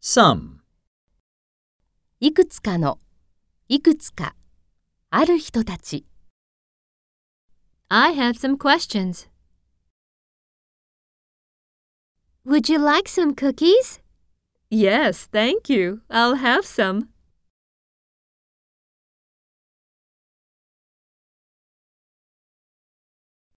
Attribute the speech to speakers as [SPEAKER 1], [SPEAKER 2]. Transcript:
[SPEAKER 1] Some.
[SPEAKER 2] いくつかの、いくつか、ある人たち。
[SPEAKER 3] I have some questions. Would you like some cookies? Yes, thank you. I'll have some.